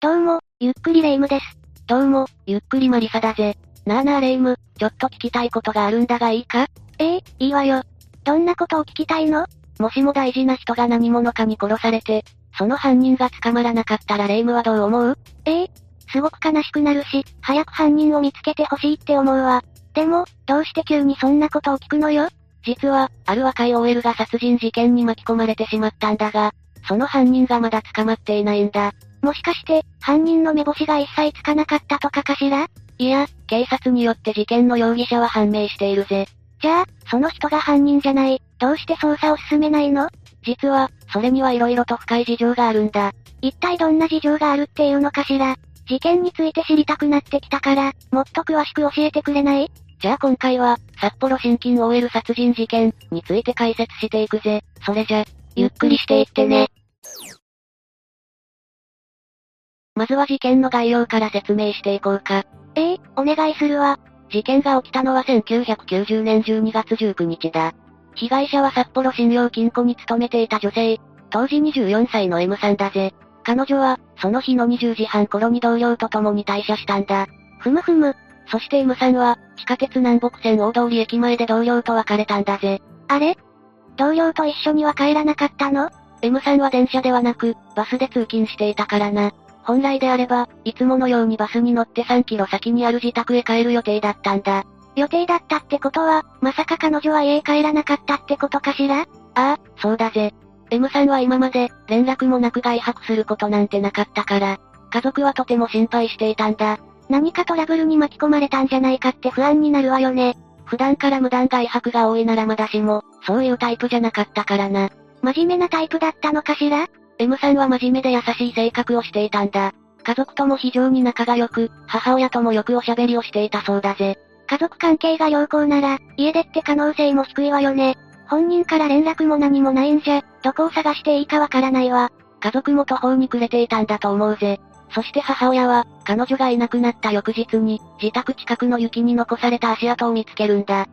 どうも、ゆっくりレ夢ムです。どうも、ゆっくりマリサだぜ。なあなあレイム、ちょっと聞きたいことがあるんだがいいかええいいわよ。どんなことを聞きたいのもしも大事な人が何者かに殺されて、その犯人が捕まらなかったらレイムはどう思うええすごく悲しくなるし、早く犯人を見つけてほしいって思うわ。でも、どうして急にそんなことを聞くのよ実は、ある若い OL が殺人事件に巻き込まれてしまったんだが、その犯人がまだ捕まっていないんだ。もしかして、犯人の目星が一切つかなかったとかかしらいや、警察によって事件の容疑者は判明しているぜ。じゃあ、その人が犯人じゃない、どうして捜査を進めないの実は、それには色々と深い事情があるんだ。一体どんな事情があるっていうのかしら事件について知りたくなってきたから、もっと詳しく教えてくれないじゃあ今回は、札幌新近 OL 殺人事件について解説していくぜ。それじゃ、ゆっくりしていってね。まずは事件の概要から説明していこうか。ええお願いするわ。事件が起きたのは1990年12月19日だ。被害者は札幌信用金庫に勤めていた女性、当時24歳の M さんだぜ。彼女は、その日の20時半頃に同僚と共に退社したんだ。ふむふむ、そして M さんは、地下鉄南北線大通駅前で同僚と別れたんだぜ。あれ同僚と一緒には帰らなかったの M さんは電車ではなく、バスで通勤していたからな。本来であれば、いつものようにバスに乗って3キロ先にある自宅へ帰る予定だったんだ。予定だったってことは、まさか彼女は家へ帰らなかったってことかしらああ、そうだぜ。M さんは今まで、連絡もなく外泊することなんてなかったから、家族はとても心配していたんだ。何かトラブルに巻き込まれたんじゃないかって不安になるわよね。普段から無断外泊が多いならまだしも、そういうタイプじゃなかったからな。真面目なタイプだったのかしら M さんは真面目で優しい性格をしていたんだ。家族とも非常に仲が良く、母親ともよくおしゃべりをしていたそうだぜ。家族関係が良好なら、家出って可能性も低いわよね。本人から連絡も何もないんじゃ、どこを探していいかわからないわ。家族も途方に暮れていたんだと思うぜ。そして母親は、彼女がいなくなった翌日に、自宅近くの雪に残された足跡を見つけるんだ。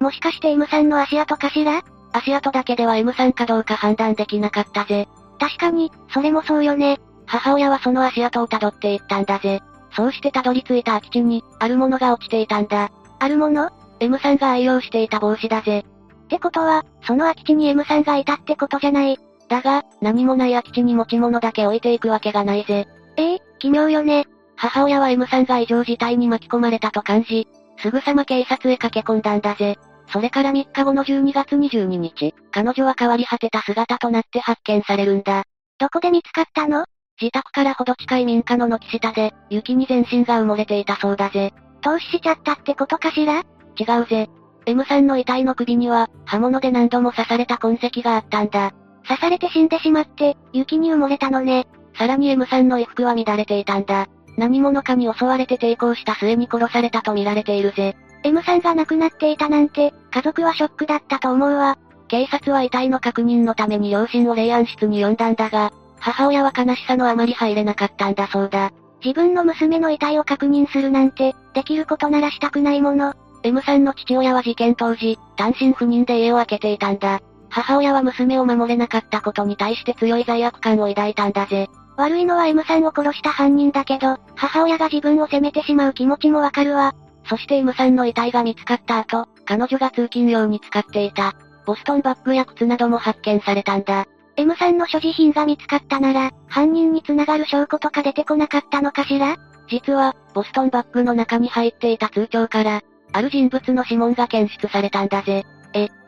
もしかして M さんの足跡かしら足跡だけでは M さんかどうか判断できなかったぜ。確かに、それもそうよね。母親はその足跡を辿っていったんだぜ。そうして辿り着いた空き地に、あるものが落ちていたんだ。あるものっ M さんが愛用していた帽子だぜ。てことは、その空き地に M さんがいたってことじゃない。だが、何もない空き地に持ち物だけ置いていくわけがないぜ。ええ奇妙よね。母親は M さんが異常事態に巻き込まれたと感じ、すぐさま警察へ駆け込んだんだぜ。それから3日後の12月22日、彼女は変わり果てた姿となって発見されるんだ。どこで見つかったの自宅からほど近い民家の軒下で、雪に全身が埋もれていたそうだぜ。投資しちゃったってことかしら違うぜ。M さんの遺体の首には、刃物で何度も刺された痕跡があったんだ。刺されて死んでしまって、雪に埋もれたのね。さらに M さんの衣服は乱れていたんだ。何者かに襲われて抵抗した末に殺されたと見られているぜ。 M さんが亡くなっていたなんて、家族はショックだったと思うわ。警察は遺体の確認のために両親を霊安室に呼んだんだが、母親は悲しさのあまり入れなかったんだそうだ。自分の娘の遺体を確認するなんて、できることならしたくないもの。 M さんの父親は事件当時、単身赴任で家を空けていたんだ。母親は娘を守れなかったことに対して強い罪悪感を抱いたんだぜ。悪いのは M さんを殺した犯人だけど、母親が自分を責めてしまう気持ちもわかるわ。そして M さんの遺体が見つかった後、彼女が通勤用に使っていた、ボストンバッグや靴なども発見されたんだ。 M さんの所持品が見つかったなら、犯人に繋がる証拠とか出てこなかったのかしら実は、ボストンバッグの中に入っていた通帳から、ある人物の指紋が検出されたんだぜ。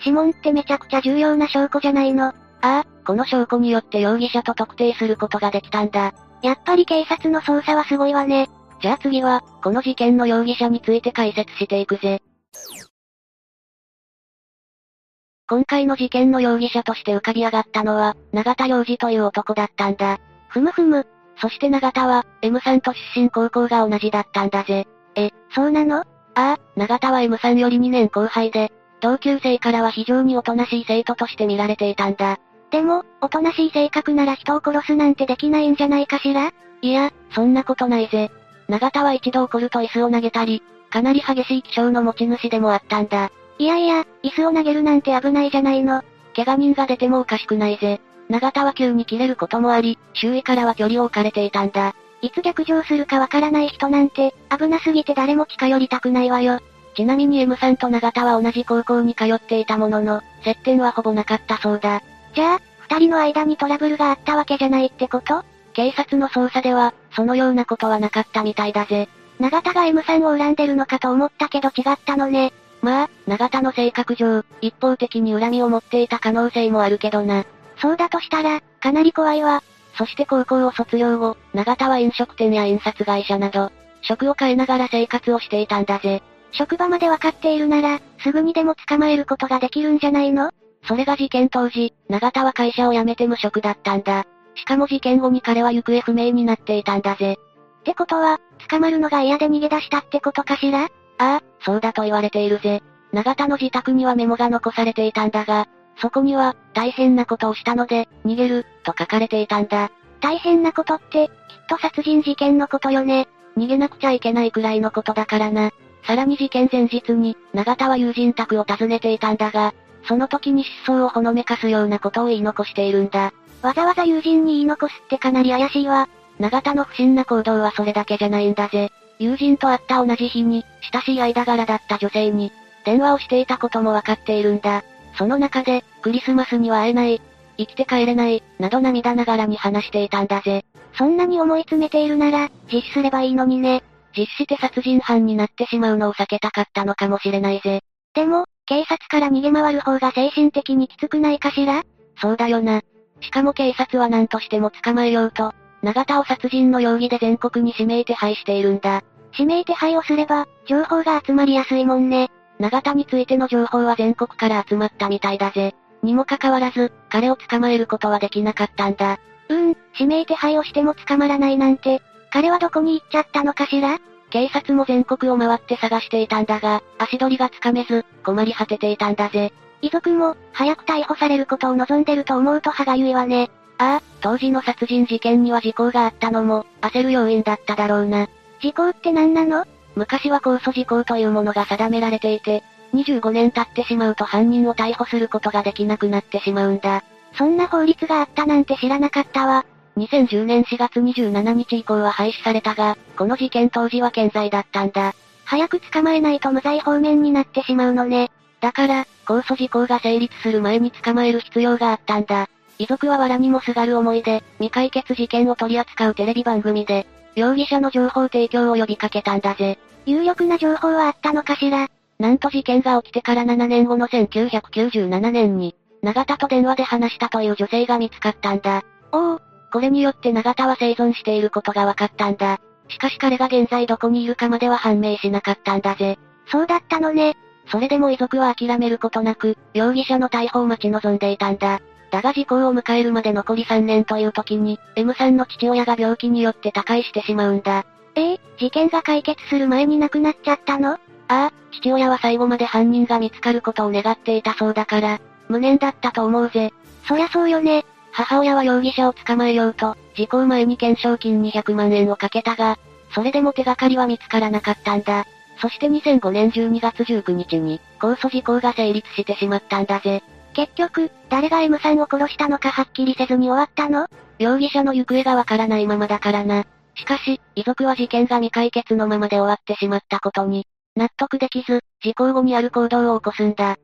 指紋ってめちゃくちゃ重要な証拠じゃないの。ああ、この証拠によって容疑者と特定することができたんだ。やっぱり警察の捜査はすごいわね。じゃあ次は、この事件の容疑者について解説していくぜ。今回の事件の容疑者として浮かび上がったのは、永田洋二という男だったんだ。ふむふむ、そして永田は、M さんと出身高校が同じだったんだぜ。そうなのああ、永田は M さんより2年後輩で、同級生からは非常におとなしい生徒として見られていたんだ。でも、おとなしい性格なら人を殺すなんてできないんじゃないかしらいや、そんなことないぜ。永田は一度怒ると椅子を投げたり、かなり激しい気性の持ち主でもあったんだ。いやいや、椅子を投げるなんて危ないじゃないの。怪我人が出てもおかしくないぜ。永田は急に切れることもあり、周囲からは距離を置かれていたんだ。いつ逆上するかわからない人なんて、危なすぎて誰も近寄りたくないわよ。ちなみに M さんと永田は同じ高校に通っていたものの、接点はほぼなかったそうだ。じゃあ、二人の間にトラブルがあったわけじゃないってこと警察の捜査では、そのようなことはなかったみたいだぜ。永田が M さんを恨んでるのかと思ったけど違ったのね。まあ、永田の性格上、一方的に恨みを持っていた可能性もあるけどな。そうだとしたら、かなり怖いわ。そして高校を卒業後、永田は飲食店や印刷会社など、職を変えながら生活をしていたんだぜ。職場までわかっているなら、すぐにでも捕まえることができるんじゃないのそれが事件当時、永田は会社を辞めて無職だったんだ。しかも事件後に彼は行方不明になっていたんだぜ。ってことは、捕まるのが嫌で逃げ出したってことかしらああ、そうだと言われているぜ。永田の自宅にはメモが残されていたんだが、そこには、大変なことをしたので、逃げる、と書かれていたんだ。大変なことって、きっと殺人事件のことよね。逃げなくちゃいけないくらいのことだからな。さらに事件前日に、永田は友人宅を訪ねていたんだが、その時に失踪をほのめかすようなことを言い残しているんだ。わざわざ友人に言い残すってかなり怪しいわ。永田の不審な行動はそれだけじゃないんだぜ。友人と会った同じ日に、親しい間柄だった女性に、電話をしていたこともわかっているんだ。その中で、クリスマスには会えない、生きて帰れない、など涙ながらに話していたんだぜ。そんなに思い詰めているなら、実施すればいいのにね。実施して殺人犯になってしまうのを避けたかったのかもしれないぜ。でも、警察から逃げ回る方が精神的にきつくないかしらそうだよな。しかも警察は何としても捕まえようと、永田を殺人の容疑で全国に指名手配しているんだ。指名手配をすれば、情報が集まりやすいもんね。永田についての情報は全国から集まったみたいだぜ。にもかかわらず、彼を捕まえることはできなかったんだ。うん、指名手配をしても捕まらないなんて、彼はどこに行っちゃったのかしら警察も全国を回って探していたんだが、足取りがつかめず、困り果てていたんだぜ。遺族も、早く逮捕されることを望んでると思うと歯がゆいわね。ああ、当時の殺人事件には時効があったのも、焦る要因だっただろうな。時効って何なの昔は控訴時効というものが定められていて、25年経ってしまうと犯人を逮捕することができなくなってしまうんだ。そんな法律があったなんて知らなかったわ。 2010年4月27日以降は廃止されたが、この事件当時は健在だったんだ。早く捕まえないと無罪方面になってしまうのね。だから、控訴時効が成立する前に捕まえる必要があったんだ。遺族は藁にもすがる思いで、未解決事件を取り扱うテレビ番組で、容疑者の情報提供を呼びかけたんだぜ。有力な情報はあったのかしらなんと事件が起きてから7年後の1997年に、永田と電話で話したという女性が見つかったんだ。おお。これによって永田は生存していることが分かったんだ。しかし彼が現在どこにいるかまでは判明しなかったんだぜ。そうだったのね。それでも遺族は諦めることなく、容疑者の逮捕を待ち望んでいたんだ。だが時効を迎えるまで残り3年という時に、M さんの父親が病気によって他界してしまうんだ。ええー、事件が解決する前に亡くなっちゃったのああ、父親は最後まで犯人が見つかることを願っていたそうだから、無念だったと思うぜ。そりゃそうよね。母親は容疑者を捕まえようと、時効前に懸賞金200万円をかけたが、それでも手がかりは見つからなかったんだ。そして2005年12月19日に、控訴時効が成立してしまったんだぜ。結局、誰が M さんを殺したのかはっきりせずに終わったの容疑者の行方がわからないままだからな。しかし、遺族は事件が未解決のままで終わってしまったことに、納得できず、事故後にある行動を起こすんだ。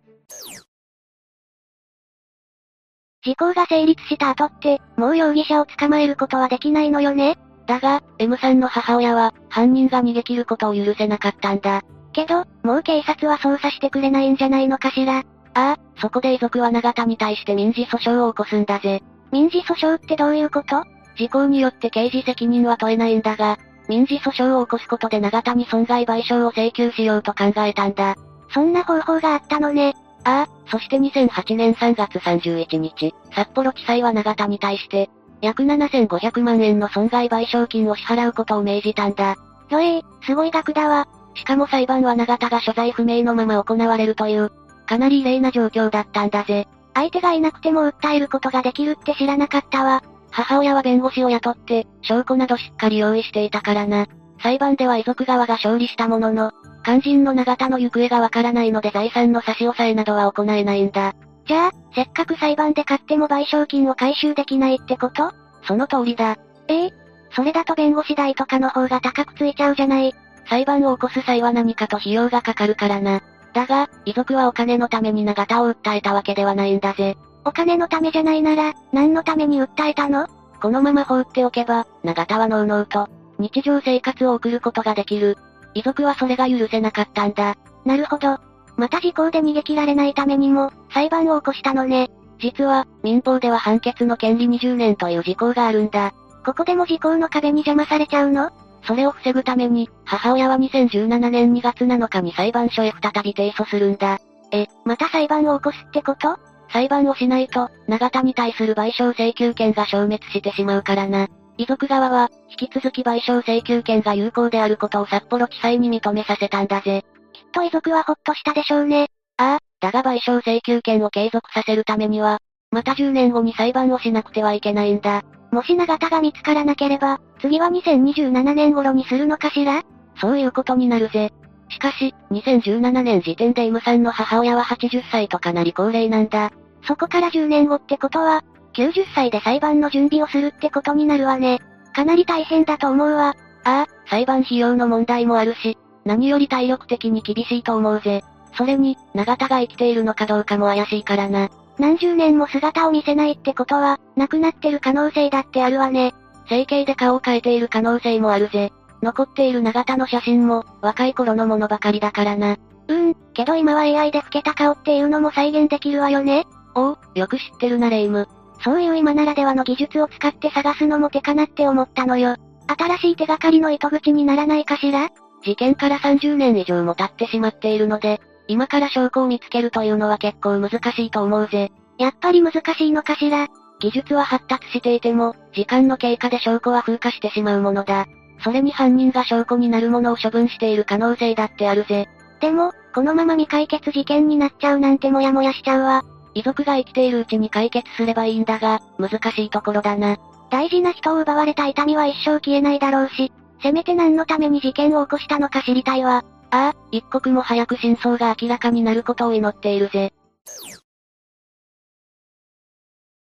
時効が成立した後って、もう容疑者を捕まえることはできないのよねだが、M さんの母親は、犯人が逃げ切ることを許せなかったんだ。けど、もう警察は捜査してくれないんじゃないのかしら。ああ、そこで遺族は永田に対して民事訴訟を起こすんだぜ。民事訴訟ってどういうこと時効によって刑事責任は問えないんだが、民事訴訟を起こすことで永田に損害賠償を請求しようと考えたんだ。そんな方法があったのね。ああ、そして2008年3月31日、札幌地裁は永田に対して、約7500万円の損害賠償金を支払うことを命じたんだ。ぞえー、すごい額だわ。しかも裁判は永田が所在不明のまま行われるという、かなり異例な状況だったんだぜ。相手がいなくても訴えることができるって知らなかったわ。母親は弁護士を雇って、証拠などしっかり用意していたからな。裁判では遺族側が勝利したものの、肝心の永田の行方がわからないので財産の差し押さえなどは行えないんだ。じゃあ、せっかく裁判で買っても賠償金を回収できないってことその通りだ。ええそれだと弁護士代とかの方が高くついちゃうじゃない。裁判を起こす際は何かと費用がかかるからな。だが、遺族はお金のために永田を訴えたわけではないんだぜ。お金のためじゃないなら、何のために訴えたのこのまま放っておけば、永田はのうのうと、日常生活を送ることができる。遺族はそれが許せなかったんだ。なるほど。また時効で逃げ切られないためにも、裁判を起こしたのね。実は、民法では判決の権利20年という時効があるんだ。ここでも時効の壁に邪魔されちゃうのそれを防ぐために、母親は2017年2月7日に裁判所へ再び提訴するんだ。え、また裁判を起こすってこと裁判をしないと、永田に対する賠償請求権が消滅してしまうからな。遺族側は、引き続き賠償請求権が有効であることを札幌地裁に認めさせたんだぜ。きっと遺族はほっとしたでしょうね。ああ、だが賠償請求権を継続させるためには、また10年後に裁判をしなくてはいけないんだ。もし永田が見つからなければ、次は2027年頃にするのかしらそういうことになるぜ。しかし、2017年時点で M さんの母親は80歳とかなり高齢なんだ。そこから10年後ってことは、90歳で裁判の準備をするってことになるわね。かなり大変だと思うわ。ああ、裁判費用の問題もあるし、何より体力的に厳しいと思うぜ。それに、永田が生きているのかどうかも怪しいからな。何十年も姿を見せないってことは、亡くなってる可能性だってあるわね。整形で顔を変えている可能性もあるぜ。残っている永田の写真も、若い頃のものばかりだからな。うーん、けど今は AI で老けた顔っていうのも再現できるわよね。おお、よく知ってるなレイム。そういう今ならではの技術を使って探すのも手かなって思ったのよ。新しい手がかりの糸口にならないかしら事件から30年以上も経ってしまっているので、今から証拠を見つけるというのは結構難しいと思うぜ。やっぱり難しいのかしら技術は発達していても、時間の経過で証拠は風化してしまうものだ。それに犯人が証拠になるものを処分している可能性だってあるぜ。でも、このまま未解決事件になっちゃうなんてもやもやしちゃうわ。遺族が生きているうちに解決すればいいんだが、難しいところだな。大事な人を奪われた痛みは一生消えないだろうし、せめて何のために事件を起こしたのか知りたいわ。ああ、一刻も早く真相が明らかになることを祈っているぜ。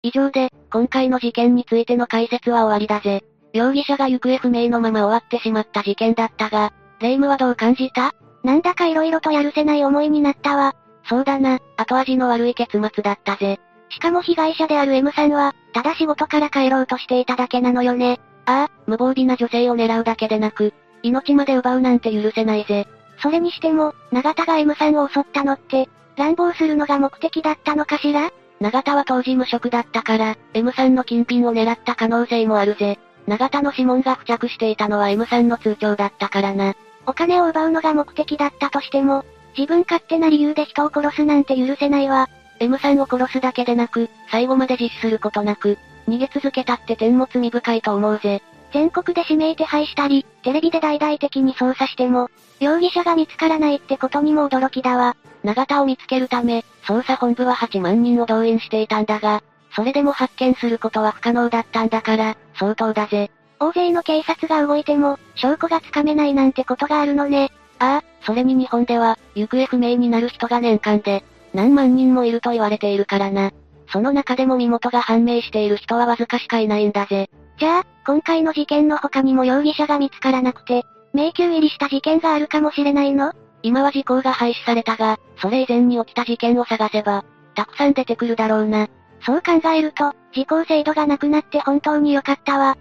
以上で、今回の事件についての解説は終わりだぜ。容疑者が行方不明のまま終わってしまった事件だったが、レイムはどう感じたなんだか色々とやるせない思いになったわ。そうだな、後味の悪い結末だったぜ。しかも被害者である M さんは、ただ仕事から帰ろうとしていただけなのよね。ああ、無防備な女性を狙うだけでなく、命まで奪うなんて許せないぜ。それにしても、永田が M さんを襲ったのって、乱暴するのが目的だったのかしら永田は当時無職だったから、M さんの金品を狙った可能性もあるぜ。永田の指紋が付着していたのは M さんの通帳だったからな。お金を奪うのが目的だったとしても、自分勝手な理由で人を殺すなんて許せないわ。 M さんを殺すだけでなく、最後まで実施することなく、逃げ続けたって点も罪深いと思うぜ。全国で指名手配したり、テレビで大々的に捜査しても、容疑者が見つからないってことにも驚きだわ。永田を見つけるため、捜査本部は8万人を動員していたんだが、それでも発見することは不可能だったんだから、相当だぜ。大勢の警察が動いても、証拠がつかめないなんてことがあるのね。ああ、それに日本では、行方不明になる人が年間で、何万人もいると言われているからな。その中でも身元が判明している人はわずかしかいないんだぜ。じゃあ、今回の事件の他にも容疑者が見つからなくて、迷宮入りした事件があるかもしれないの今は時効が廃止されたが、それ以前に起きた事件を探せば、たくさん出てくるだろうな。そう考えると、時効制度がなくなって本当に良かったわ。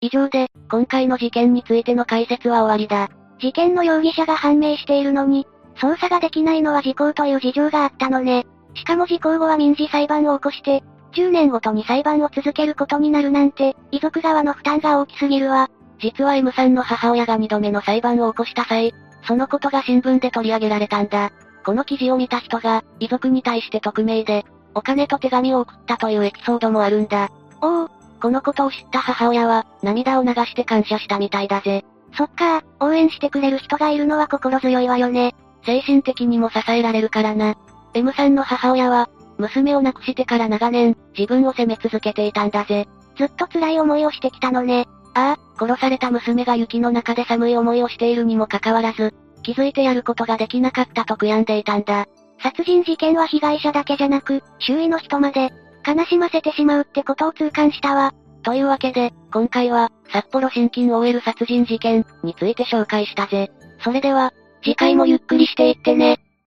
以上で、今回の事件についての解説は終わりだ。事件の容疑者が判明しているのに、捜査ができないのは時効という事情があったのね。しかも時効後は民事裁判を起こして、10年ごとに裁判を続けることになるなんて、遺族側の負担が大きすぎるわ。実は M さんの母親が2度目の裁判を起こした際、そのことが新聞で取り上げられたんだ。この記事を見た人が、遺族に対して匿名で、お金と手紙を送ったというエピソードもあるんだ。おお、このことを知った母親は、涙を流して感謝したみたいだぜ。そっか、応援してくれる人がいるのは心強いわよね。精神的にも支えられるからな。M さんの母親は、娘を亡くしてから長年、自分を責め続けていたんだぜ。ずっと辛い思いをしてきたのね。ああ、殺された娘が雪の中で寒い思いをしているにもかかわらず、気づいてやることができなかったと悔やんでいたんだ。殺人事件は被害者だけじゃなく、周囲の人まで、悲しませてしまうってことを痛感したわ。というわけで、今回は、札幌新近 OL 殺人事件について紹介したぜ。それでは、次回もゆっくりしていってね。